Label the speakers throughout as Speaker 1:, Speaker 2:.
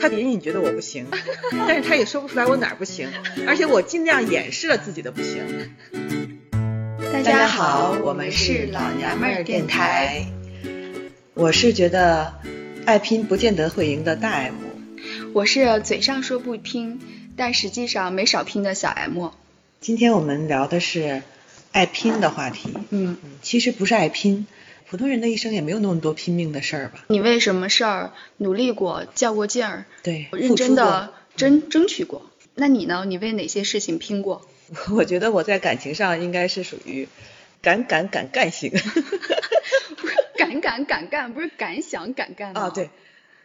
Speaker 1: 他隐隐觉得我不行，但是他也说不出来我哪儿不行，而且我尽量掩饰了自己的不行。
Speaker 2: 大家好，我们是老娘们儿电台。
Speaker 1: 我是觉得爱拼不见得会赢的大 M，
Speaker 2: 我是嘴上说不拼，但实际上没少拼的小 M。
Speaker 1: 今天我们聊的是爱拼的话题。
Speaker 2: 嗯，
Speaker 1: 嗯其实不是爱拼，普通人的一生也没有那么多拼命的事儿吧？
Speaker 2: 你为什么事儿努力过、较过劲儿、
Speaker 1: 对，
Speaker 2: 认真的
Speaker 1: 付
Speaker 2: 争争取过？那你呢？你为哪些事情拼
Speaker 1: 出
Speaker 2: 过？
Speaker 1: 过。 我觉得我在感情上应该是属于敢敢敢干型。
Speaker 2: 不是敢敢敢干，不是敢想敢干吗
Speaker 1: 啊，对，，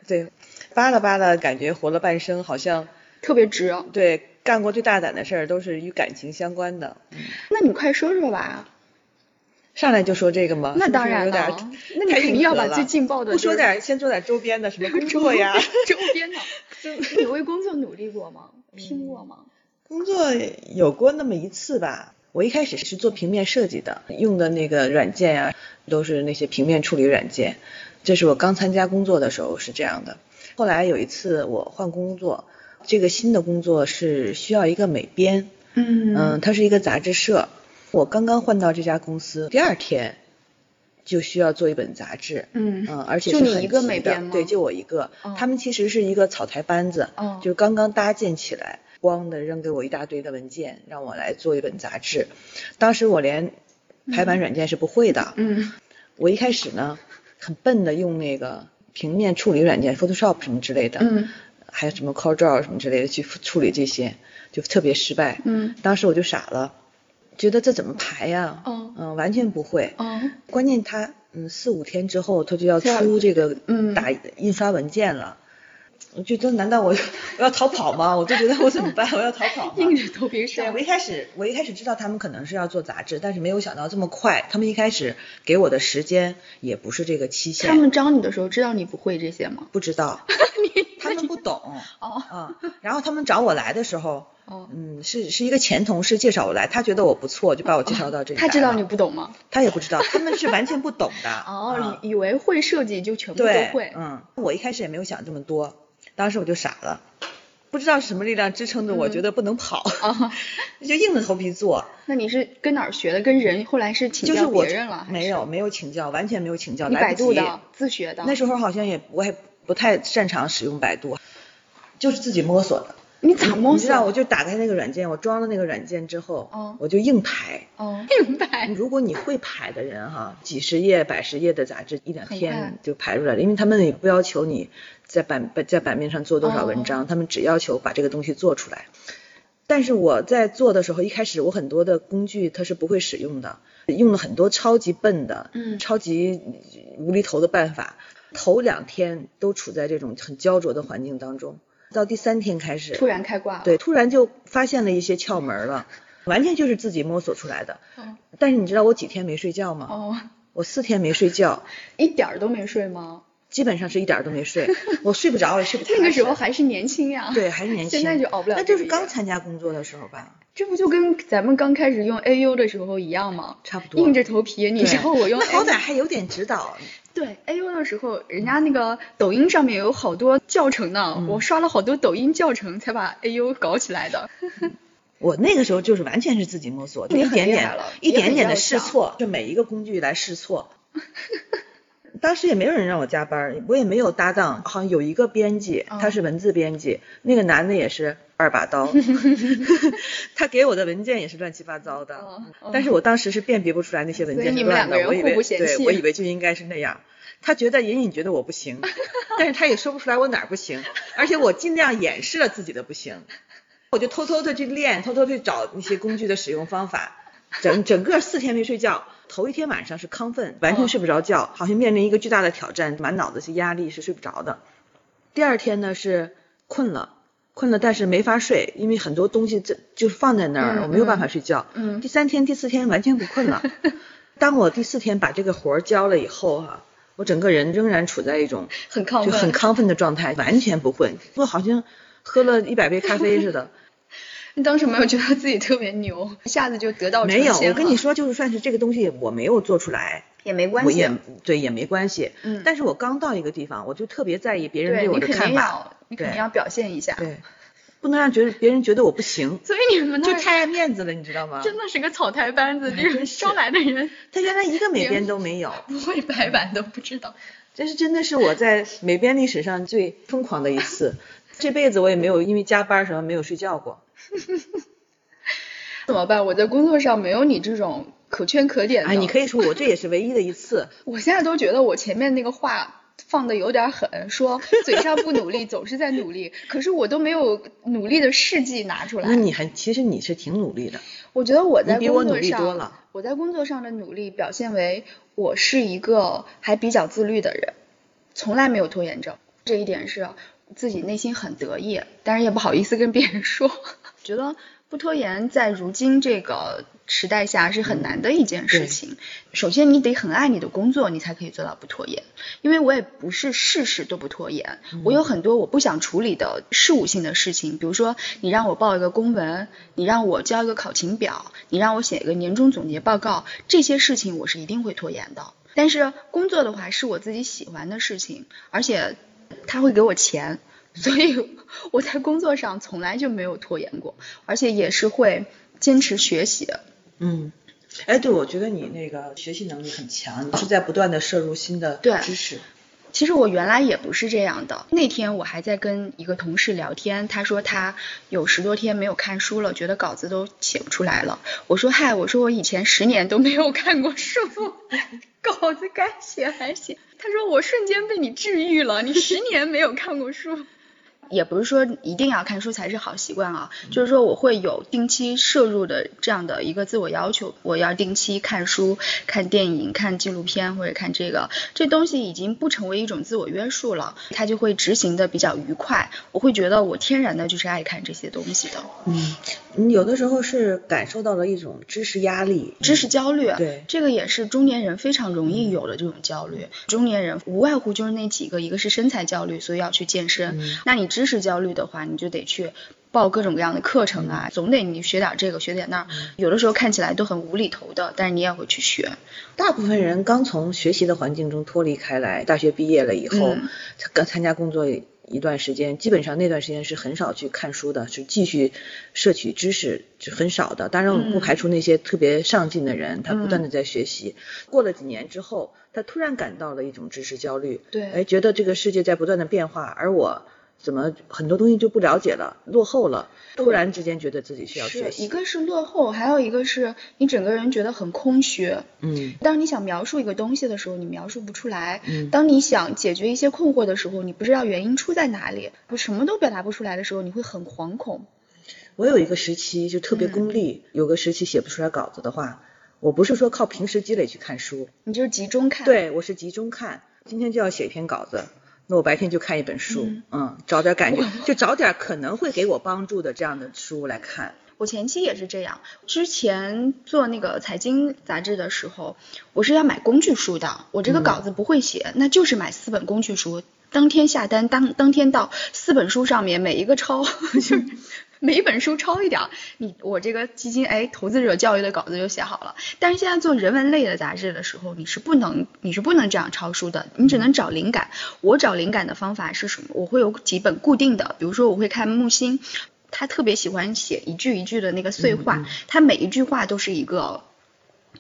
Speaker 1: 对，扒拉扒拉，感觉活了半生，好像
Speaker 2: 特别哦值。
Speaker 1: 对干过最大胆的事儿都是与感情相关的。
Speaker 2: 那你快说说 吧。
Speaker 1: 上来就说这个吗？
Speaker 2: 那
Speaker 1: 是不
Speaker 2: 当
Speaker 1: 是
Speaker 2: 然
Speaker 1: 有点
Speaker 2: 了
Speaker 1: 儿
Speaker 2: 那你
Speaker 1: 太
Speaker 2: 肯
Speaker 1: 硬
Speaker 2: 定要
Speaker 1: 核
Speaker 2: 把
Speaker 1: 了
Speaker 2: 最劲爆的
Speaker 1: 不
Speaker 2: 就
Speaker 1: 说
Speaker 2: 是
Speaker 1: 点儿，先说点儿周边的，什么工
Speaker 2: 周
Speaker 1: 作呀？
Speaker 2: 周边嗯呢？你为工作努力过吗？拼过吗？
Speaker 1: 工作有过那么一次吧。我一开始是做平面设计的，用的那个软件呀、都是那些平面处理软件。这是我刚参加工作的时候是这样的。后来有一次我换工作，这个新的工作是需要一个美编，
Speaker 2: 嗯
Speaker 1: 嗯，它是一个杂志社。我刚刚换到这家公司，第二天就需要做一本杂志，
Speaker 2: 嗯
Speaker 1: 嗯，而且
Speaker 2: 就是你
Speaker 1: 很
Speaker 2: 一个
Speaker 1: 急
Speaker 2: 美
Speaker 1: 的
Speaker 2: 编吗
Speaker 1: 对，就我一个。
Speaker 2: 哦
Speaker 1: 他们其实是一个草台班子，
Speaker 2: 哦
Speaker 1: 就是刚刚搭建起来，咣的扔给我一大堆的文件，让我来做一本杂志。当时我连排版软件是不会的，
Speaker 2: 嗯
Speaker 1: 我一开始呢很笨的用那个平面处理软件 Photoshop 什么之类的，
Speaker 2: 嗯
Speaker 1: 还有什么 CorelDRAW 什么之类的去处理这些，就特别失败。
Speaker 2: 嗯
Speaker 1: 当时我就傻了，觉得这怎么排呀、
Speaker 2: 哦
Speaker 1: 嗯、完全不会。
Speaker 2: 哦
Speaker 1: 关键他嗯四五天之后他就要
Speaker 2: 就要
Speaker 1: 出这个
Speaker 2: 嗯
Speaker 1: 打印刷文件了，我觉得难道我 我要逃跑吗？我就觉得我怎么办？我要逃 跑吗？
Speaker 2: 硬着头皮
Speaker 1: 对，
Speaker 2: 上
Speaker 1: 我。一开始我一开始知道他们可能是要做杂志，但是没有想到这么快。他们一开始给我的时间也不是这个期限，
Speaker 2: 他们招你的时候知道你不会这些吗？
Speaker 1: 不知道， 他们不懂
Speaker 2: 哦
Speaker 1: 啊、然后他们找我来的时候，
Speaker 2: 哦，
Speaker 1: 嗯，是是一个前同事介绍我来，他觉得我不错，就把我介绍到这里、
Speaker 2: 哦他知道你，不懂吗？
Speaker 1: 他也不知道，他们是完全不懂的。啊
Speaker 2: 哦，以以为会设计就全部都
Speaker 1: 对，
Speaker 2: 会。
Speaker 1: 嗯，我一开始也没有想这么多，当时我就傻了，不知道是什么力量支撑着我，
Speaker 2: 嗯
Speaker 1: 觉得不能跑，
Speaker 2: 啊，
Speaker 1: 就硬着头皮做。
Speaker 2: 那你是跟哪儿学的？跟人后来是请
Speaker 1: 就是
Speaker 2: 教
Speaker 1: 我
Speaker 2: 别人了？还
Speaker 1: 没
Speaker 2: 是
Speaker 1: 有没有请教，完全没有请教，
Speaker 2: 你
Speaker 1: 来
Speaker 2: 百
Speaker 1: 不
Speaker 2: 度
Speaker 1: 及
Speaker 2: 的，自学的。
Speaker 1: 那时候好像也我也不太擅长使用百度，就是自己摸索的。
Speaker 2: 你咋摸
Speaker 1: 你知道，
Speaker 2: 索？
Speaker 1: 我就打开那个软件，我装了那个软件之后，
Speaker 2: 哦
Speaker 1: 我就硬排。
Speaker 2: 哦，明白。
Speaker 1: 如果你会排的人哈、几十页、百十页的杂志，一两
Speaker 2: 很
Speaker 1: 天
Speaker 2: 快
Speaker 1: 就排出来了，因为他们也不要求你在版在版面上做多少文章，
Speaker 2: 哦
Speaker 1: 他们只要求把这个东西做出来。但是我在做的时候，一开始我很多的工具它是不会使用的，用了很多超级笨的、
Speaker 2: 嗯
Speaker 1: 超级无厘头的办法。头两天都处在这种很焦灼的环境当中，到第三天开始，
Speaker 2: 突然开挂了。
Speaker 1: 对，突然就发现了一些窍门了，完全就是自己摸索出来的。
Speaker 2: 哦。
Speaker 1: 但是你知道我几天没睡觉吗？
Speaker 2: 哦，
Speaker 1: 我四天没睡觉，
Speaker 2: 一点儿都没睡吗？
Speaker 1: 基本上是一点儿都没 睡，我睡不着，也睡不踏实。
Speaker 2: 那个时候还是年轻呀。
Speaker 1: 对，还是年轻。
Speaker 2: 现在就熬不了
Speaker 1: 那就
Speaker 2: 这
Speaker 1: 是
Speaker 2: 个
Speaker 1: 刚
Speaker 2: 夜
Speaker 1: 参加工作的时候吧，
Speaker 2: 这不就跟咱们刚开始用 AU 的时候一样吗？
Speaker 1: 差不多。
Speaker 2: 硬着头皮，你
Speaker 1: 对
Speaker 2: 知道我 用
Speaker 1: 那好
Speaker 2: AU
Speaker 1: 歹还有点指导。
Speaker 2: 对 AU 的时候，人家那个抖音上面有好多教程呢，
Speaker 1: 嗯
Speaker 2: 我刷了好多抖音教程才把 AU 搞起来的。
Speaker 1: 我那个时候就是完全是自己摸索，就
Speaker 2: 你
Speaker 1: 一
Speaker 2: 很
Speaker 1: 点
Speaker 2: 厉
Speaker 1: 点
Speaker 2: 害了
Speaker 1: 一
Speaker 2: 也
Speaker 1: 点
Speaker 2: 很
Speaker 1: 点的
Speaker 2: 要
Speaker 1: 试
Speaker 2: 强
Speaker 1: 错，就每一个工具来试 错。当时也没有人让我加班儿，我也没有搭档，好像有一个编辑，
Speaker 2: 哦
Speaker 1: 他是文字编辑，那个男的也是二把 刀，他给我的文件也是乱七八糟的，
Speaker 2: 哦哦
Speaker 1: 嗯但是我当时是辨别不出来那些文
Speaker 2: 所以
Speaker 1: 件
Speaker 2: 你
Speaker 1: 是
Speaker 2: 们
Speaker 1: 乱
Speaker 2: 两
Speaker 1: 的，
Speaker 2: 个人
Speaker 1: 我以
Speaker 2: 互
Speaker 1: 为
Speaker 2: 不嫌
Speaker 1: 对，
Speaker 2: 弃
Speaker 1: 我以为就应该是那样。他觉得隐隐觉得我不 行，但是他也说不出来我哪儿不行，而且我尽量掩饰了自己的不行，我就偷偷的去练，偷偷地去找那些工具的使用方法，整整个四天没睡觉。头一天晚上是亢奋，完
Speaker 2: 哦
Speaker 1: 全睡不着觉，好像面临一个巨大的挑战，满脑子是压力，是睡不着的。第二天呢是困了，困了，但是没法睡，因为很多东西这就放在那儿，
Speaker 2: 嗯
Speaker 1: 我没有办法睡觉。
Speaker 2: 嗯
Speaker 1: 第三天、第四天完全不 困了。当我第四天把这个活儿交了以后哈、我整个人仍然处在一种
Speaker 2: 很亢奋
Speaker 1: 就很亢奋的状态，完全不困，我好像喝了一百杯咖啡似 的。
Speaker 2: 你当时没有觉得自己特别牛，一下子就得到
Speaker 1: 没有，
Speaker 2: 成仙
Speaker 1: 我跟你
Speaker 2: 了
Speaker 1: 说，就是算是这个东西我没有做出来，
Speaker 2: 也没关
Speaker 1: 我
Speaker 2: 系
Speaker 1: 也，对也没关系。
Speaker 2: 嗯
Speaker 1: 但是我刚到一个地方，我就特别在意别人
Speaker 2: 对
Speaker 1: 我
Speaker 2: 你
Speaker 1: 的
Speaker 2: 肯
Speaker 1: 看
Speaker 2: 定
Speaker 1: 法。
Speaker 2: 要你肯定
Speaker 1: 对
Speaker 2: 要表现一下。
Speaker 1: 对，不能让觉得别人觉得我不行，
Speaker 2: 所以你们
Speaker 1: 就
Speaker 2: 那儿
Speaker 1: 太爱面子了，你知道吗？
Speaker 2: 真的是个草台班子，
Speaker 1: 哎
Speaker 2: 这种
Speaker 1: 真是
Speaker 2: 招来的 人
Speaker 1: 他原来一个美编都没有，
Speaker 2: 不会白板都不知道。
Speaker 1: 这是真的是我在美编历史上最疯狂的一次，这辈子我也没有因为加班什么没有睡觉过。
Speaker 2: 怎么办？我在工作上没有你这种可圈可点的。
Speaker 1: 哎，你
Speaker 2: 以，
Speaker 1: 可以说我这也是唯一的一次，
Speaker 2: 我现在都觉得我前面那个话放的有点狠，说嘴上不 努力，总是在努力，可是我都没有努力的事迹拿出来
Speaker 1: 那。你还其实你是挺努力的，
Speaker 2: 我觉得我在
Speaker 1: 你比我
Speaker 2: 工
Speaker 1: 努
Speaker 2: 作
Speaker 1: 力
Speaker 2: 上，
Speaker 1: 多了。
Speaker 2: 我在工作上的努力表现为我是一个还比较自律的人，从来没有拖延症。这一点是自己内心很得意，但是也不好意思跟别人说。 觉得不拖延在如今这个时代下是很难的一件事
Speaker 1: 对
Speaker 2: 情。首先，你得很爱你的工作，你才可以做到不拖延。因为我也不是事事都不拖延，我有很多我不想处理的事务性的事情，比如说你让我报一个公文，你让我交一个考勤表，你让我写一个年终总结报告，这些事情我是一定会拖延的。但是工作的话是我自己喜欢的事情，而且他会给我钱，所以我在工作上从来就没有拖延过，而且也是会坚持学习的。
Speaker 1: 嗯，哎，对，我觉得你那个学习能力很强，你是在不断的摄入新的
Speaker 2: 对
Speaker 1: 知识。
Speaker 2: 其实我原来也不是这样的。那天我还在跟一个同事聊天，他说他有十多天没有看书了，觉得稿子都写不出来了。我说嗨，我说我以前十年都没有看过书，稿子该写还写。他说我瞬间被你治愈了，你十年没有看过书。也不是说一定要看书才是好习惯啊，就是说我会有定期摄入的这样的一个自我要求，我要定期看书、看电影、看纪录片或者看这个，这东西已经不成为一种自我约束了，它就会执行的比较愉快。我会觉得我天然的就是爱看这些东西的，
Speaker 1: 嗯，你有的时候是感受到了一种知识压力，
Speaker 2: 知识焦虑，
Speaker 1: 对嗯
Speaker 2: 这个也是中年人非常容易有的这种焦虑。中年人无外乎就是那几个，一个是身材焦虑，所以要去健身。
Speaker 1: 嗯
Speaker 2: 那你知识焦虑的话，你就得去。报各种各样的课程
Speaker 1: 嗯
Speaker 2: 啊，总得你学点这个学点那儿，有的时候看起来都很无厘头的，但是你也会去学。
Speaker 1: 大部分人刚从学习的环境中脱离开来，大学毕业了以后
Speaker 2: 嗯，
Speaker 1: 他刚、参加工作一段时间，基本上那段时间是很少去看书的，是继续摄取知识是很少的。当然，我们不
Speaker 2: 嗯
Speaker 1: 排除那些特别上进的人，他不断
Speaker 2: 嗯
Speaker 1: 的在学习。过了几年之后，他突然感到了一种知识焦虑，
Speaker 2: 对
Speaker 1: 哎，觉得这个世界在不断的变化，而我。怎么很多东西就不了解了，落后了，突然之间觉得自己需要学
Speaker 2: 是
Speaker 1: 习。
Speaker 2: 一个是落后，还有一个是你整个人觉得很空虚。
Speaker 1: 嗯，
Speaker 2: 当你想描述一个东西的时候，你描述不出来；
Speaker 1: 嗯
Speaker 2: 当你想解决一些困惑的时候，你不知道原因出在哪里，我什么都表达不出来的时候，你会很惶恐。
Speaker 1: 我有一个时期就
Speaker 2: 嗯
Speaker 1: 特别功利，有个时期写不出来稿子的话，我不是说靠平时积累去看书，
Speaker 2: 你就是集中看，，
Speaker 1: 对我是集中看，今天就要写一篇稿子，那我白天就看一本书，
Speaker 2: 嗯
Speaker 1: 嗯找点感觉，就找点可能会给我帮助的这样的书来看。
Speaker 2: 我前期也是这样。之前做那个财经杂志的时候，我是要买工具书的，我这个
Speaker 1: 嗯
Speaker 2: 稿子不会写，那就是买四本工具书，当天下单，当当天到，四本书上面每一个 抄，就是每一本书抄一点儿，你我这个基金哎投资者教育的稿子就写好了。但是现在做人文类的杂志的时候，你是不能你是不能这样抄书的，你只能找灵感。我找灵感的方法是什么？我会有几本固定的，比如说我会看木心，他特别喜欢写一句一句的那个碎话，
Speaker 1: 嗯嗯
Speaker 2: 他每一句话都是一个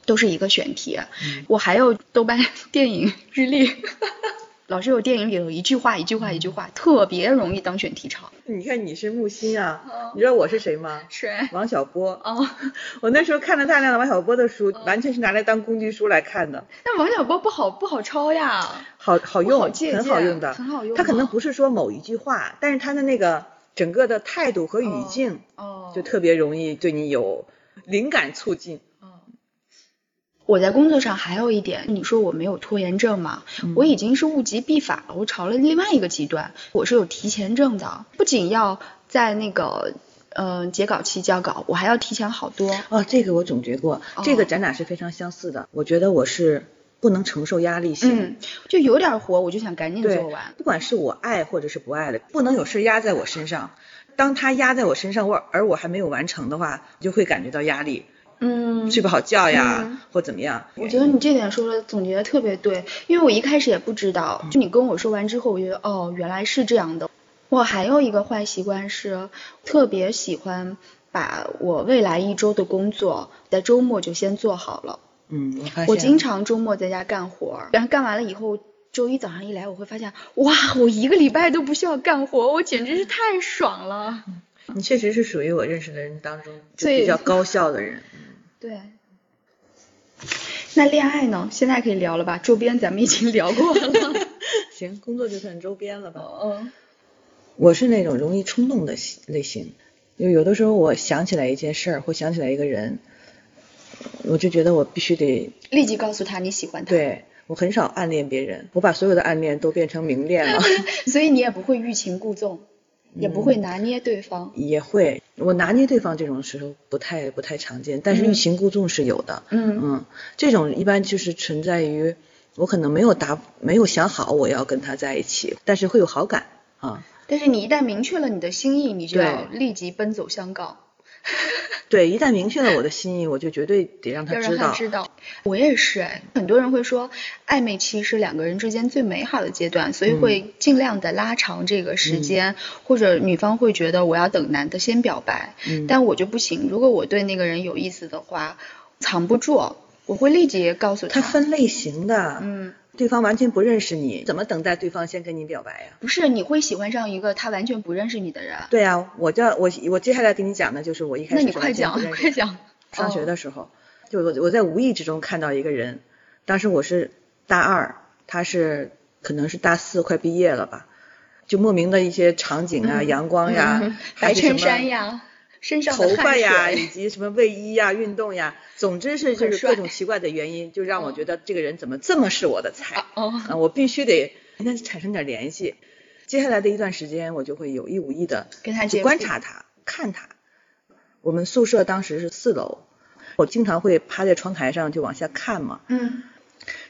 Speaker 2: 都是一个选题。
Speaker 1: 嗯
Speaker 2: 我还有豆瓣 电影日历， 老师有电影里有一句话一句话一句
Speaker 1: 嗯
Speaker 2: 话，特别容易当选题抄。
Speaker 1: 你看你是木心
Speaker 2: 哦
Speaker 1: 啊，你知道我是谁吗？
Speaker 2: 谁？
Speaker 1: 王小波。
Speaker 2: 哦，
Speaker 1: 我那时候看了大量的王小波的书，
Speaker 2: 嗯
Speaker 1: 完全是拿来当工具书来看的。
Speaker 2: 那王小波不好不好抄呀。
Speaker 1: 好好用，
Speaker 2: 不好借鉴啊
Speaker 1: 很好用的，
Speaker 2: 很好用
Speaker 1: 他可能
Speaker 2: 吗
Speaker 1: 不是说某一句话，但是他的那个整个的态度和语
Speaker 2: 哦
Speaker 1: 境，
Speaker 2: 哦，
Speaker 1: 就特别容易对你有灵感促进。
Speaker 2: 嗯我在工作上还有一点，你说我没有拖延症嘛？
Speaker 1: 嗯
Speaker 2: 我已经是物极必反了，我朝了另外一个极端，我是有提前症的，不仅要在那个嗯、呃截稿期交稿，我还要提前好多。
Speaker 1: 哦，这个我总结过，这
Speaker 2: 哦
Speaker 1: 个咱俩是非常相似的。我觉得我是不能承受压力型。
Speaker 2: 嗯，就有点活我就想赶紧
Speaker 1: 对
Speaker 2: 做完，。
Speaker 1: 不管是我爱或者是不爱的，不能有事压在我身上。当他压在我身上，我而我还没有完成的话，就会感觉到压力，
Speaker 2: 嗯，
Speaker 1: 睡不好觉呀，
Speaker 2: 嗯
Speaker 1: 或怎么样。
Speaker 2: 我觉得你这点说的总结的特别对，因为我一开始也不知道，就你跟我说完之后，我觉得哦，原来是这样的。我还有一个坏习惯是特别喜欢把我未来一周的工作在周末就先做好了。
Speaker 1: 嗯，我发现
Speaker 2: 我经常周末在家干活儿，然后干完了以后，周一早上一来，我会发现，哇，我一个礼拜都不需要干活，我简直是太爽了。
Speaker 1: 你确实是属于我认识的人当中就
Speaker 2: 最
Speaker 1: 比较高效的人。
Speaker 2: 对。那恋爱呢？现在可以聊了吧？周边咱们已经聊过了。
Speaker 1: 行，工作就算周边了吧。
Speaker 2: 嗯
Speaker 1: 我是那种容易冲动的型类型，就有的时候我想起来一件事儿或想起来一个人，我就觉得我必须得
Speaker 2: 立即告诉他你喜欢他。。
Speaker 1: 对我很少暗恋别人，我把所有的暗恋都变成明恋 了。
Speaker 2: 所以你也不会欲擒故纵，
Speaker 1: 嗯
Speaker 2: 也不会拿捏对方。
Speaker 1: 也会，我拿捏对方这种时候不太不太常见，但是欲
Speaker 2: 嗯
Speaker 1: 擒故纵是有的。
Speaker 2: 嗯
Speaker 1: 嗯，这种一般就是存在于我可能没有答没有想好我要跟他在一起，但是会有好感啊。
Speaker 2: 但是你一旦明确了你的心意，你就
Speaker 1: 对
Speaker 2: 要立即奔走相告，
Speaker 1: 对，一旦明确了我的心意，我就绝对得让
Speaker 2: 要
Speaker 1: 他
Speaker 2: 让
Speaker 1: 知
Speaker 2: 他
Speaker 1: 道。
Speaker 2: 知道。我也是哎，很多人会说暧昧期是两个人之间最美好的
Speaker 1: 嗯
Speaker 2: 阶段，所以会尽量的拉长这个时间，或者女方会觉得我要等男的先表白，
Speaker 1: 嗯
Speaker 2: 但我就不行。如果我对那个人有意思的话，藏不住，我会立即告诉
Speaker 1: 他
Speaker 2: 他。
Speaker 1: 分类型的，
Speaker 2: 嗯，
Speaker 1: 对方完全不认识你，怎么等待对方先跟你表白呀、
Speaker 2: 不是你会喜欢上一个他完全不认识你的人。
Speaker 1: 对啊，我叫我我接下来给你讲的就是我一开
Speaker 2: 那
Speaker 1: 始
Speaker 2: 你
Speaker 1: 是
Speaker 2: 快
Speaker 1: 完全
Speaker 2: 讲
Speaker 1: 不，认识
Speaker 2: 快讲。
Speaker 1: 上学
Speaker 2: 哦
Speaker 1: 的时候，就我我在无意之中看到一个人，当时我是大二，他是可能是大四快毕业了吧，就莫名的一些场景啊，阳光呀，
Speaker 2: 嗯
Speaker 1: 还
Speaker 2: 白
Speaker 1: 是什
Speaker 2: 衬
Speaker 1: 么
Speaker 2: 衫。呀，身上的
Speaker 1: 头发
Speaker 2: 汗
Speaker 1: 呀，
Speaker 2: 水
Speaker 1: 以，及什么卫衣呀、运动呀，总之是就
Speaker 2: 很
Speaker 1: 是
Speaker 2: 帅
Speaker 1: 各种奇怪的原因，就让我
Speaker 2: 嗯
Speaker 1: 觉得这个人怎么这么是我的菜
Speaker 2: 啊哦
Speaker 1: 啊！我必须得跟他产生点联系。接下来的一段时间，我就会有意无意的
Speaker 2: 跟他
Speaker 1: 去
Speaker 2: 接
Speaker 1: 观
Speaker 2: 触
Speaker 1: 察他，看他。我们宿舍当时是四楼，我经常会趴在窗台上就往下看嘛。
Speaker 2: 嗯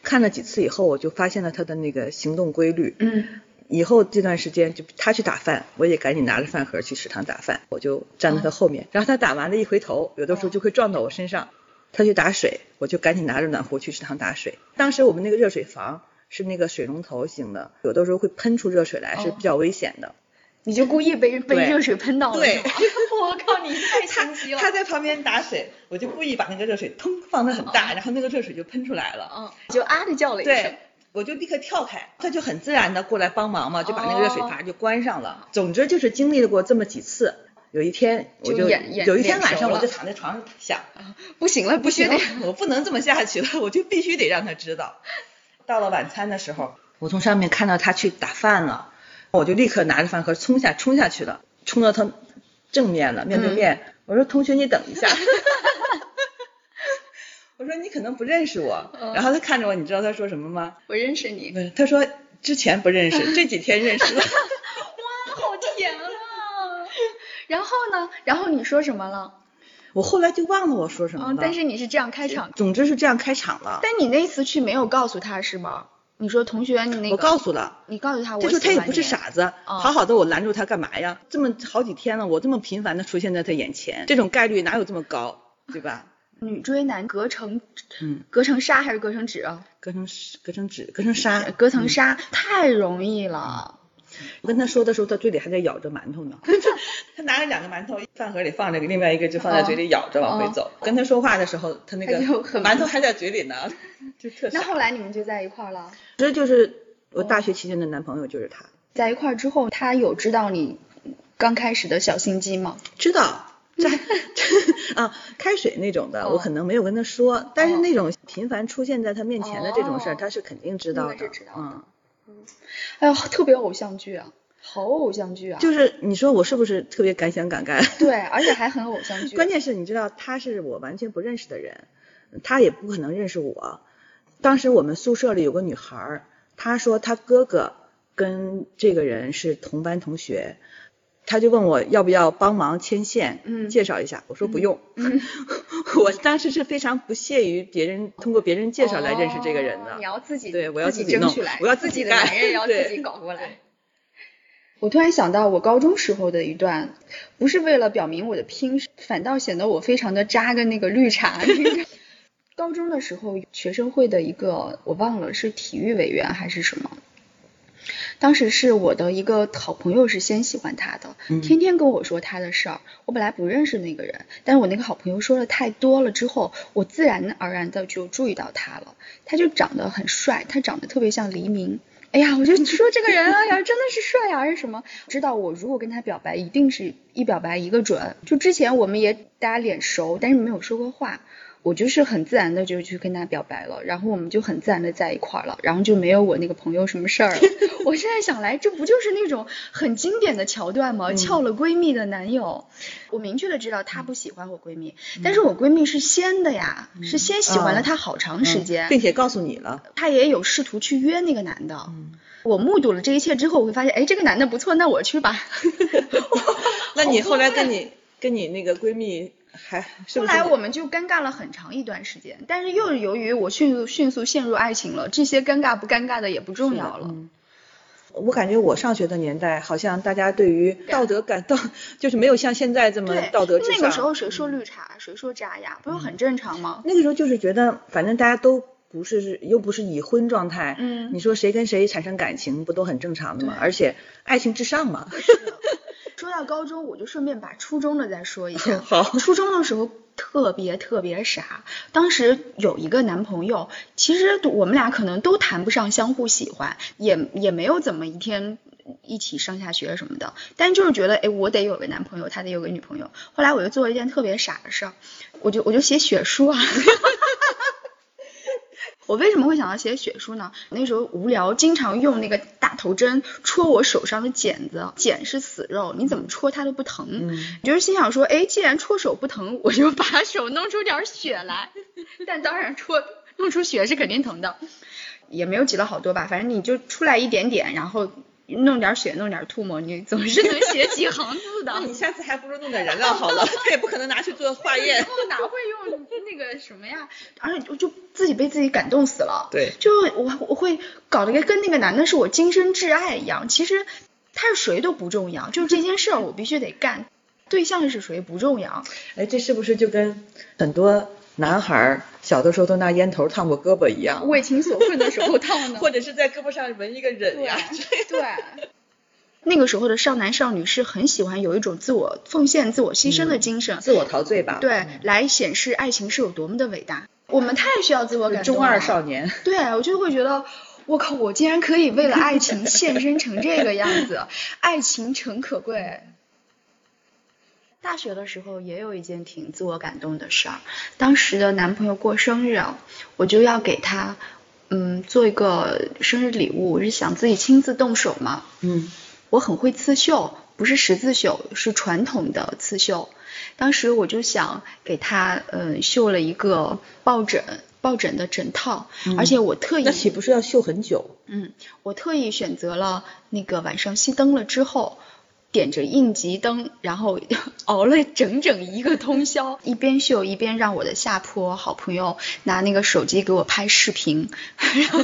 Speaker 1: 看了几次以后，我就发现了他的那个行动规律。
Speaker 2: 嗯，
Speaker 1: 以后这段时间就他去打饭，我也赶紧拿着饭盒去食堂打饭，我就站在他后面。然后他打完了，一回头，有的时候就会撞到我身上。他去打水，我就赶紧拿着暖壶去食堂打水。当时我们那个热水房是那个水龙头型的，有的时候会喷出热水来，是比较危险的。
Speaker 2: 你就故意被被
Speaker 1: 对
Speaker 2: 热水喷到了，
Speaker 1: 对
Speaker 2: 是吧 我靠，你太心机了。
Speaker 1: 他在旁边打水，我就故意把那个热水腾放得很大，然后那个热水就喷出来了。
Speaker 2: 嗯，就啊的叫了一声
Speaker 1: 对。，我就立刻跳开，他就很自然的过来帮忙嘛，就把那个热
Speaker 2: 哦
Speaker 1: 水阀就关上了。总之就是经历了过这么几次。有一天，我
Speaker 2: 就
Speaker 1: 就
Speaker 2: 眼眼
Speaker 1: 有一天
Speaker 2: 眼
Speaker 1: 晚
Speaker 2: 熟
Speaker 1: 上，我
Speaker 2: 了啊
Speaker 1: 就躺在床上想，
Speaker 2: 不行了，
Speaker 1: 不
Speaker 2: 不
Speaker 1: 行
Speaker 2: 行了，，
Speaker 1: 我不能这么下去了，我就必须得让他知道。到了晚餐的时候，我从上面看到他去打饭了，我就立刻拿着饭盒冲下冲下去了，冲到他正面了，面对
Speaker 2: 嗯
Speaker 1: 面，我说同学你等一下。 我说你可能不认识我，
Speaker 2: 嗯
Speaker 1: 然后他看着我，你知道他说什么吗？
Speaker 2: 我认识你。
Speaker 1: 他说之前不认识，这几天认识了。
Speaker 2: 哇，好甜啊！然后呢？然后你说什么了？
Speaker 1: 我后来就忘了我说什么了。
Speaker 2: 嗯，但是你是这样开场，
Speaker 1: 总之是这样开场了。
Speaker 2: 但你那一次去没有告诉他是吗？你说同学，你那个，
Speaker 1: 我告诉了。
Speaker 2: 你告诉他我
Speaker 1: 这
Speaker 2: 喜欢
Speaker 1: 时
Speaker 2: 你，
Speaker 1: 候他也不是傻子，
Speaker 2: 哦
Speaker 1: 好好的我拦住他干嘛呀？这么好几天了，我这么频繁的出现在他眼前，这种概率哪有这么高，对吧？
Speaker 2: 女追男隔层，
Speaker 1: 嗯，
Speaker 2: 隔层纱还是隔层纸啊？呃
Speaker 1: 隔层纸隔层纸，隔层纱。
Speaker 2: 隔层纱、
Speaker 1: 嗯
Speaker 2: 太容易了。
Speaker 1: 我跟他说的时候，他嘴里还在咬着馒头 呢。他拿着两个馒头，饭盒里放着一个，另外一个就放在嘴里咬着往回走。跟他说话的时候，他那个
Speaker 2: 哦他就很
Speaker 1: 馒头还在嘴里呢，就特
Speaker 2: 那
Speaker 1: 傻。
Speaker 2: 后来你们就在一块儿了，
Speaker 1: 这就是
Speaker 2: 哦
Speaker 1: 我大学期间的男朋友，就是他。
Speaker 2: 在一块儿之后，他有知道你刚开始的小心机吗？
Speaker 1: 知 道，这啊，开水那种的，
Speaker 2: 哦
Speaker 1: 我可能没有跟他说，但是
Speaker 2: 哦
Speaker 1: 那种频繁出现在他面前的这种事
Speaker 2: 哦
Speaker 1: 儿，他是肯定知道
Speaker 2: 应该
Speaker 1: 的
Speaker 2: 是知道。的
Speaker 1: 嗯，
Speaker 2: 哎呦，特别偶像剧啊，好偶像剧啊！
Speaker 1: 就是你说我是不是特别敢想敢干？
Speaker 2: 对，而且还很偶像剧。
Speaker 1: 关键是你知道他是我完全不认识的人，他也不可能认识我。当时我们宿舍里有个女孩儿，她说她哥哥跟这个人是同班同学，她就问我要不要帮忙牵线，
Speaker 2: 嗯
Speaker 1: 介绍一下。我说不用， 我当时是非常不屑于别人通过别人介绍来认识这个人的。嗯
Speaker 2: 哦你要自己
Speaker 1: 对我要
Speaker 2: 自
Speaker 1: 自己
Speaker 2: 争
Speaker 1: 弄
Speaker 2: 取来，
Speaker 1: 我要
Speaker 2: 自
Speaker 1: 自己
Speaker 2: 的
Speaker 1: 干
Speaker 2: 男人要自
Speaker 1: 对
Speaker 2: 己搞过来。我突然想到我高中时候的一段，不是为了表明我的拼，反倒显得我非常的渣，跟那个绿茶。高中的时候，学生会的一个我忘了是体育委员还是什么，当时是我的一个好朋友是先喜欢他的，
Speaker 1: 嗯
Speaker 2: 天天跟我说他的事儿。我本来不认识那个人，但是我那个好朋友说了太多了之后，我自然而然的就注意到他了。他就长得很帅，他长得特别像黎明。哎呀，我就说这个人啊，呀，真的是帅啊，还是什么？知道我如果跟他表白，一定是一表白一个准。就之前我们也大家脸熟，但是没有说过话。我就是很自然的就去跟他表白了，然后我们就很自然的在一块儿了，然后就没有我那个朋友什么事儿了。 我现在想来，这不就是那种很经典的桥段吗？撬了闺蜜的男友，我明确的知道她不喜欢我闺蜜，但是我闺蜜是先的呀，是先喜欢了他好长时间，
Speaker 1: 并且告诉你了，
Speaker 2: 她也有试图去约那个男的。我目睹了这一切之后，我会发现，哎，这个男的不错，那我去吧。哦
Speaker 1: 那你后来跟你跟你那个闺蜜还是
Speaker 2: 后
Speaker 1: 不是
Speaker 2: 来我们就尴尬了很长一段时间，但是又由于我迅速迅速陷入爱情了，这些尴尬不尴尬的也不重要了。
Speaker 1: 嗯我感觉我上学的年代，好像大家对于道德感到 就是没有像现在这么
Speaker 2: 啊对，
Speaker 1: 道德至上。嗯
Speaker 2: 那个时候谁说绿茶，谁说渣呀，不是很正常吗？
Speaker 1: 那个时候就是觉得，反正大家都不是又不是已婚状态，
Speaker 2: 嗯
Speaker 1: 你说谁跟谁产生感情，不都很正常的吗？而且爱情至上嘛，
Speaker 2: 说到高中，我就顺便把初中的再说一下。
Speaker 1: 好
Speaker 2: 初中的时候特别特别傻，当时有一个男朋友，其实我们俩可能都谈不上相互喜欢，也也没有怎么一天。一起上下学什么的，但就是觉得，哎，我得有个男朋友，他得有个女朋友。后来我就做了一件特别傻的事儿，我就我就写血书啊。 我为什么会想到写血书呢？那时候无聊，经常用那个大头针戳我手上的茧子，茧是死肉，你怎么戳它都不疼。你就是心想说，哎，既然戳手不疼，我就把手弄出点血来。但当然戳弄出血是肯定疼的，也没有挤到好多吧，反正你就出来一点点，然后弄点血，弄点吐沫，你总是能写几行 字的。
Speaker 1: 那你下次还不如弄点燃料好 了，他也不可能拿去做化验。
Speaker 2: 我哪会用那个什么呀？而且就就自己被自己感动死了。
Speaker 1: 对
Speaker 2: 就我我会搞得跟跟那个男的是我今生挚爱一样。其实他是谁都不重要，就是这件事儿我必须得干，对象是谁不重要。
Speaker 1: 哎，这是不是就跟很多男孩儿小的时候都拿烟头烫过胳膊一样，
Speaker 2: 为情所困的时候烫 的。
Speaker 1: 或者是在胳膊上纹一个忍
Speaker 2: 嗯对啊
Speaker 1: 呀？
Speaker 2: 对。 那个时候的少男少女是很喜欢有一种自我奉献、自我牺
Speaker 1: 嗯
Speaker 2: 牲的精神，
Speaker 1: 自我陶醉吧。，
Speaker 2: 对，来显示爱情是有多么的伟大。我们太需要自我感动
Speaker 1: 中
Speaker 2: 了。
Speaker 1: 二少 年。
Speaker 2: 对，我就会觉得，我靠，我竟然可以为了爱情献身成这个样子，爱情诚可贵。大学的时候也有一件挺自我感动的事儿，当时的男朋友过生日啊，我就要给他，嗯，做一个生日礼物，我是想自己亲自动手嘛，
Speaker 1: 嗯，
Speaker 2: 我很会刺绣，不是十字绣，是传统的刺绣。当时我就想给他，嗯，绣了一个抱枕，抱枕的枕套，而且我特意
Speaker 1: 那岂不是要秀很久？
Speaker 2: 嗯，我特意选择了那个晚上熄灯了之后，点着应急灯，然后 熬了整整一个通宵，一边秀一边让我的下铺好朋友拿那个手机给我拍视频， 然后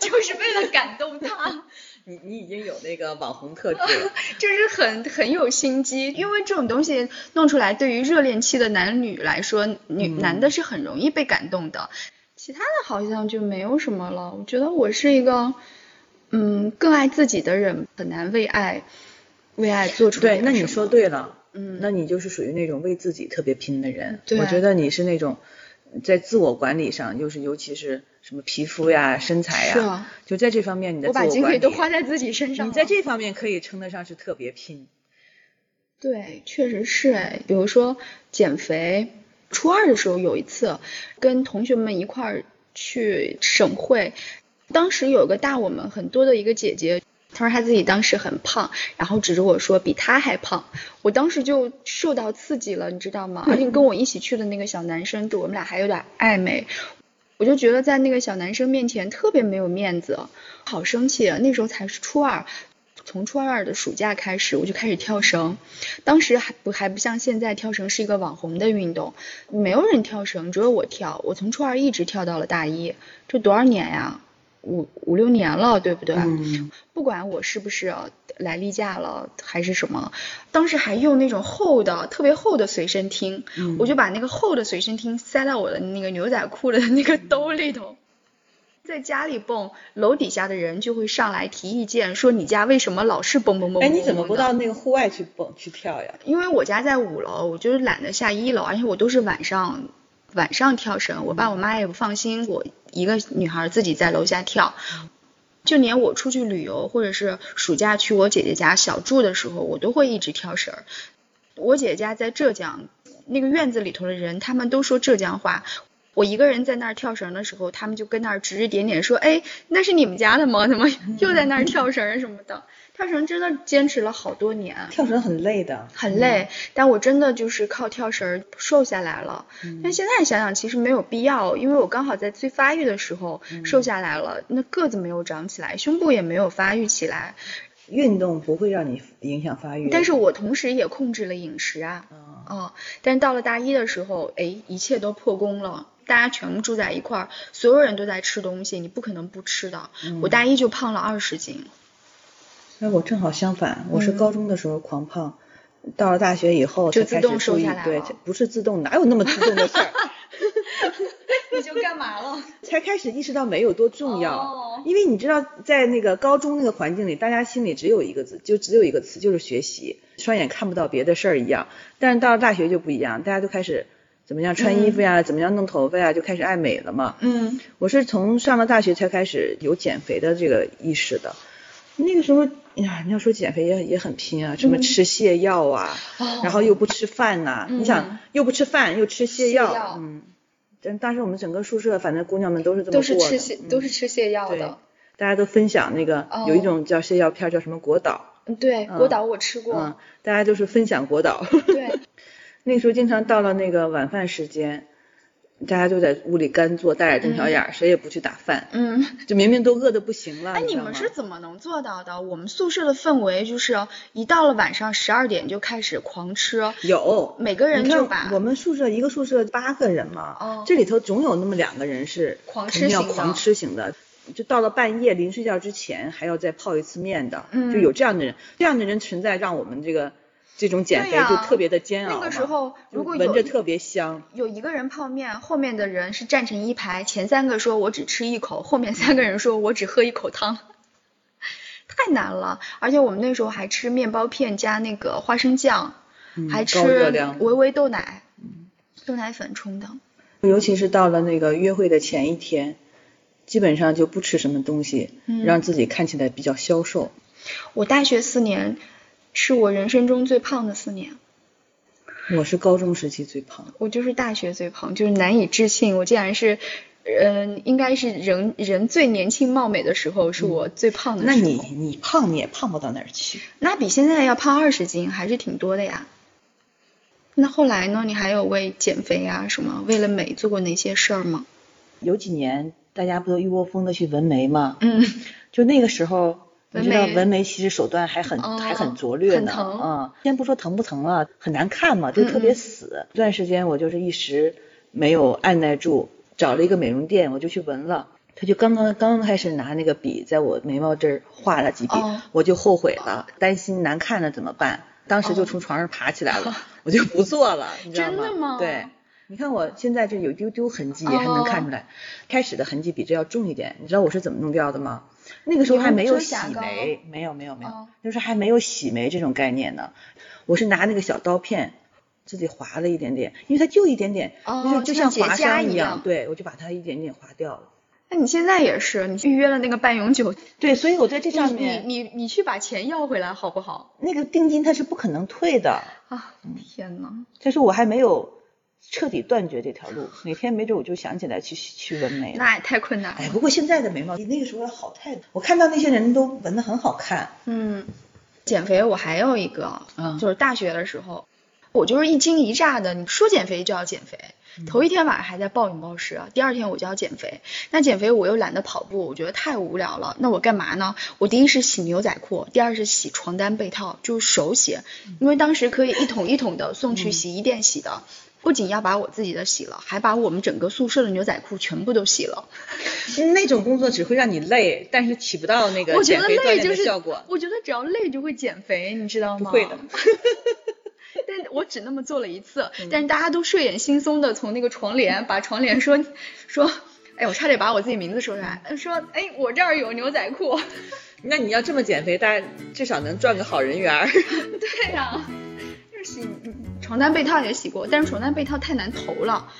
Speaker 2: 就是为了感动他，
Speaker 1: 你你已经有那个网红特质了。
Speaker 2: 就是很很有心机，因为这种东西弄出来，对于热恋期的男女来说，女、
Speaker 1: 嗯
Speaker 2: 男的是很容易被感动的，其他的好像就没有什么了。我觉得我是一个，嗯，更爱自己的人，很难为爱为爱做出
Speaker 1: 对，
Speaker 2: 点
Speaker 1: 那你
Speaker 2: 什
Speaker 1: 说
Speaker 2: 么
Speaker 1: 对了，
Speaker 2: 嗯
Speaker 1: 那你就是属于那种为自己特别拼的人。
Speaker 2: 对
Speaker 1: 我觉得你是那种在自我管理上，就是尤其是什么皮肤呀、身材呀，
Speaker 2: 是啊
Speaker 1: 就在这方面你的
Speaker 2: 我
Speaker 1: 自
Speaker 2: 把
Speaker 1: 我
Speaker 2: 精力
Speaker 1: 管
Speaker 2: 都
Speaker 1: 理，
Speaker 2: 花在自己身上了。
Speaker 1: 你在这方面可以称得上是特别拼。
Speaker 2: 对，确实是哎。比如说减肥，初二的时候有一次跟同学们一块儿去省会，当时有个大我们很多的一个姐姐，她说她自己当时很胖，然后指着我说比她还胖，我当时就受到刺激了，你知道吗？而且跟我一起去的那个小男生，对我们俩还有点暧昧。我就觉得在那个小男生面前特别没有面子，好生气啊！那时候才是初二，从初二的暑假开始，我就开始跳绳。当时还不还不像现在跳绳是一个网红的运动，没有人跳绳，只有我跳。我从初二一直跳到了大一，这多少年呀？五五六年了，对不对？
Speaker 1: 嗯，
Speaker 2: 不管我是不是呃来例假了还是什么，当时还用那种厚的、特别厚的随身听，
Speaker 1: 嗯嗯
Speaker 2: 我就把那个厚的随身听塞到我的那个牛仔裤的那个兜里头。在家里蹦，楼底下的人就会上来提意见，说你家为什么老是蹦蹦蹦蹦
Speaker 1: 哎，
Speaker 2: 蹦
Speaker 1: 你怎么不
Speaker 2: 蹦的
Speaker 1: 到那个户外去蹦去跳呀？
Speaker 2: 因为我家在五楼，我就是懒得下一楼，而且我都是晚上晚上跳绳，我爸我妈也不放心我一个女孩自己在楼下跳。就连我出去旅游，或者是暑假去我姐姐家小住的时候，我都会一直跳绳儿。我姐姐家在浙江，那个院子里头的人，他们都说浙江话。我一个人在那儿跳绳的时候，他们就跟那儿指指点点说：“哎，那是你们家的吗？怎么又在那儿跳绳儿什么的？”跳绳真的坚持了好多年。
Speaker 1: 跳绳很累的，
Speaker 2: 很
Speaker 1: 嗯
Speaker 2: 累，但我真的就是靠跳绳儿瘦下来了。
Speaker 1: 嗯
Speaker 2: 但现在想想，其实没有必要，因为我刚好在最发育的时候
Speaker 1: 嗯
Speaker 2: 瘦下来了，那个子没有长起来，胸部也没有发育起来，
Speaker 1: 运动不会让你影响发育。
Speaker 2: 但是我同时也控制了饮食啊。
Speaker 1: 啊，
Speaker 2: 哦，但是到了大一的时候，哎，一切都破功了。大家全部住在一块儿，所有人都在吃东西，你不可能不吃的。
Speaker 1: 嗯
Speaker 2: 我大一就胖了二十斤，
Speaker 1: 哎，我正好相反，我是高中的时候狂胖，到了大学以后
Speaker 2: 嗯就
Speaker 1: 才开
Speaker 2: 自动
Speaker 1: 始
Speaker 2: 瘦
Speaker 1: 注意
Speaker 2: 下来
Speaker 1: 对
Speaker 2: 了，
Speaker 1: 不是自动，哪有那么自动的事 儿？
Speaker 2: 你就干嘛了？
Speaker 1: 才开始意识到美有多重要。
Speaker 2: 哦
Speaker 1: 因为你知道，在那个高中那个环境里，大家心里只有一个字，就只有一个词，就是学习，双眼看不到别的事儿一样。但是到了大学就不一样，大家都开始怎么样穿衣服呀，怎么样弄头发呀，就开始爱美了嘛。
Speaker 2: 嗯，
Speaker 1: 我是从上了大学才开始有减肥的这个意识的。那个时候，哎呀，你要说减肥也也很拼啊，什
Speaker 2: 嗯
Speaker 1: 么吃泻药啊，然后又不吃饭呐、你想又不吃饭又吃泻药，
Speaker 2: 泻药
Speaker 1: 嗯，但当时我们整个宿舍，反正姑娘们都是这么过
Speaker 2: 哦都是
Speaker 1: 的，
Speaker 2: 吃泻，都
Speaker 1: 嗯
Speaker 2: 是哦吃泻药
Speaker 1: 对
Speaker 2: 的。，
Speaker 1: 大家都分享那个、有一种叫泻药片儿叫什么国岛，
Speaker 2: 嗯，对，
Speaker 1: 嗯
Speaker 2: 果导我吃过。
Speaker 1: 嗯，大家就是分享国岛。
Speaker 2: 对，
Speaker 1: 那时候经常到了那个晚饭时间，大家就在屋里干坐，大眼瞪小眼儿，谁也不去打饭，
Speaker 2: 嗯，
Speaker 1: 就明明都饿得不行了。
Speaker 2: 哎，
Speaker 1: 你
Speaker 2: 你
Speaker 1: 知道
Speaker 2: 们
Speaker 1: 吗
Speaker 2: 是怎么能做到的？我们宿舍的氛围就是一到了晚上十二点就开始狂吃，
Speaker 1: 有
Speaker 2: 每个人
Speaker 1: 你看
Speaker 2: 就把
Speaker 1: 我们宿舍一个宿舍八个人嘛，
Speaker 2: 哦
Speaker 1: 这里头总有那么两个人是
Speaker 2: 狂
Speaker 1: 肯定
Speaker 2: 吃
Speaker 1: 要
Speaker 2: 型的
Speaker 1: 狂吃型的，就到了半夜临睡觉之前还要再泡一次面的，
Speaker 2: 嗯
Speaker 1: 就有这样的人，这样的人存在让我们这个这种减肥
Speaker 2: 对呀
Speaker 1: 就特别的煎熬嘛、
Speaker 2: 那个时候
Speaker 1: 就
Speaker 2: 如果有
Speaker 1: 闻着特别香，
Speaker 2: 有一个人泡面，后面的人是站成一排，前三个说我只吃一口，后面三个人说我只喝一口汤。太难了，而且我们那时候还吃面包片加那个花生酱，还
Speaker 1: 嗯高热
Speaker 2: 吃
Speaker 1: 量嗯
Speaker 2: 维维豆奶，豆奶粉冲的。
Speaker 1: 尤其是到了那个约会的前一天，基本上就不吃什么东西，
Speaker 2: 嗯
Speaker 1: 让自己看起来比较消瘦。
Speaker 2: 我大学四年是我人生中最胖的四年，
Speaker 1: 我是高中时期最胖，
Speaker 2: 我就是大学最胖，就是难以置信，我竟然是，嗯、应该是人人最年轻貌美的时候，是我最胖的
Speaker 1: 嗯
Speaker 2: 时
Speaker 1: 那
Speaker 2: 候。
Speaker 1: 你你胖你也胖不到哪儿去。
Speaker 2: 那比现在要胖二十斤，还是挺多的呀。那后来呢？你还有为减肥啊什么，为了美做过哪些事儿吗？
Speaker 1: 有几年大家不都一窝蜂的去纹眉吗？
Speaker 2: 嗯，
Speaker 1: 就那个时候，你知
Speaker 2: 纹
Speaker 1: 道
Speaker 2: 眉
Speaker 1: 纹眉其实手段还很、
Speaker 2: 哦
Speaker 1: 还很拙劣
Speaker 2: 很
Speaker 1: 呢，
Speaker 2: 疼嗯
Speaker 1: 啊、先不说疼不疼啊，很难看嘛，就特别死。这段时间我就是一时没有按耐住，找了一个美容店，我就去纹了。他就刚刚刚开始拿那个笔在我眉毛这儿画了几笔，
Speaker 2: 哦
Speaker 1: 我就后悔了，担心难看了怎么办？当时就从床上爬起来了，我就不做了，你知道
Speaker 2: 哦 真
Speaker 1: 吗？
Speaker 2: 的吗哦
Speaker 1: 对，你看我现在这有一丢丢痕迹，还能看出来。开始的痕迹比这要重一点，你知道我是怎么弄掉的吗？那个时候还没有洗
Speaker 2: 你用遮瑕
Speaker 1: 眉，没有没有没有
Speaker 2: 哦，
Speaker 1: 就是还没有洗眉这种概念呢。我是拿那个小刀片自己划了一点点，因为它就一点点，
Speaker 2: 哦
Speaker 1: 就是就
Speaker 2: 就
Speaker 1: 像
Speaker 2: 像结
Speaker 1: 划
Speaker 2: 痂
Speaker 1: 伤
Speaker 2: 一
Speaker 1: 样，
Speaker 2: 样
Speaker 1: 对我就把它一点点划掉了。
Speaker 2: 那你现在也是，你预约了那个半永久，
Speaker 1: 对，所以我在这 上
Speaker 2: 你
Speaker 1: 面
Speaker 2: 你你去把钱要回来好不好？
Speaker 1: 那个定金它是不可能退的，
Speaker 2: 啊，天呐，
Speaker 1: 但是我还没有彻底断绝这条路，哪天没准我就想起来去去纹眉了。
Speaker 2: 那也太困难
Speaker 1: 哎，
Speaker 2: 了。
Speaker 1: 不过现在的眉毛比那个时候要好太多。我看到那些人都纹得很好看，
Speaker 2: 嗯，减肥我还有一个，
Speaker 1: 嗯
Speaker 2: 就是大学的时候，我就是一惊一乍的，你说减肥就要减肥。头一天晚上还在暴饮暴食，啊第二天我就要减肥。那减肥我又懒得跑步，我觉得太无聊了。那我干嘛呢？我第一是洗牛仔裤，第二是洗床单被套，就是手洗，因为当时可以一桶一桶的送去洗衣店洗的。不仅要把我自己的洗了，还把我们整个宿舍的牛仔裤全部都洗了。
Speaker 1: 那种工作只会让你累，但是起不到那
Speaker 2: 我
Speaker 1: 个
Speaker 2: 觉
Speaker 1: 减
Speaker 2: 得
Speaker 1: 肥锻
Speaker 2: 累
Speaker 1: 炼
Speaker 2: 就
Speaker 1: 的
Speaker 2: 是
Speaker 1: 效果。
Speaker 2: 我觉得只要累就会减肥，你知道吗？
Speaker 1: 会的
Speaker 2: 但我只那
Speaker 1: 嗯
Speaker 2: 么做了一次，但是大家都睡眼惺忪的从那个床帘把床帘说说。哎，我差点把我自己名字说出来，呃说哎，我这儿有牛仔裤。
Speaker 1: 那你要这么减肥，大家至少能赚个好人缘儿。
Speaker 2: 啊对呀、就是洗床单被套也洗过，但是床单被套太难投了，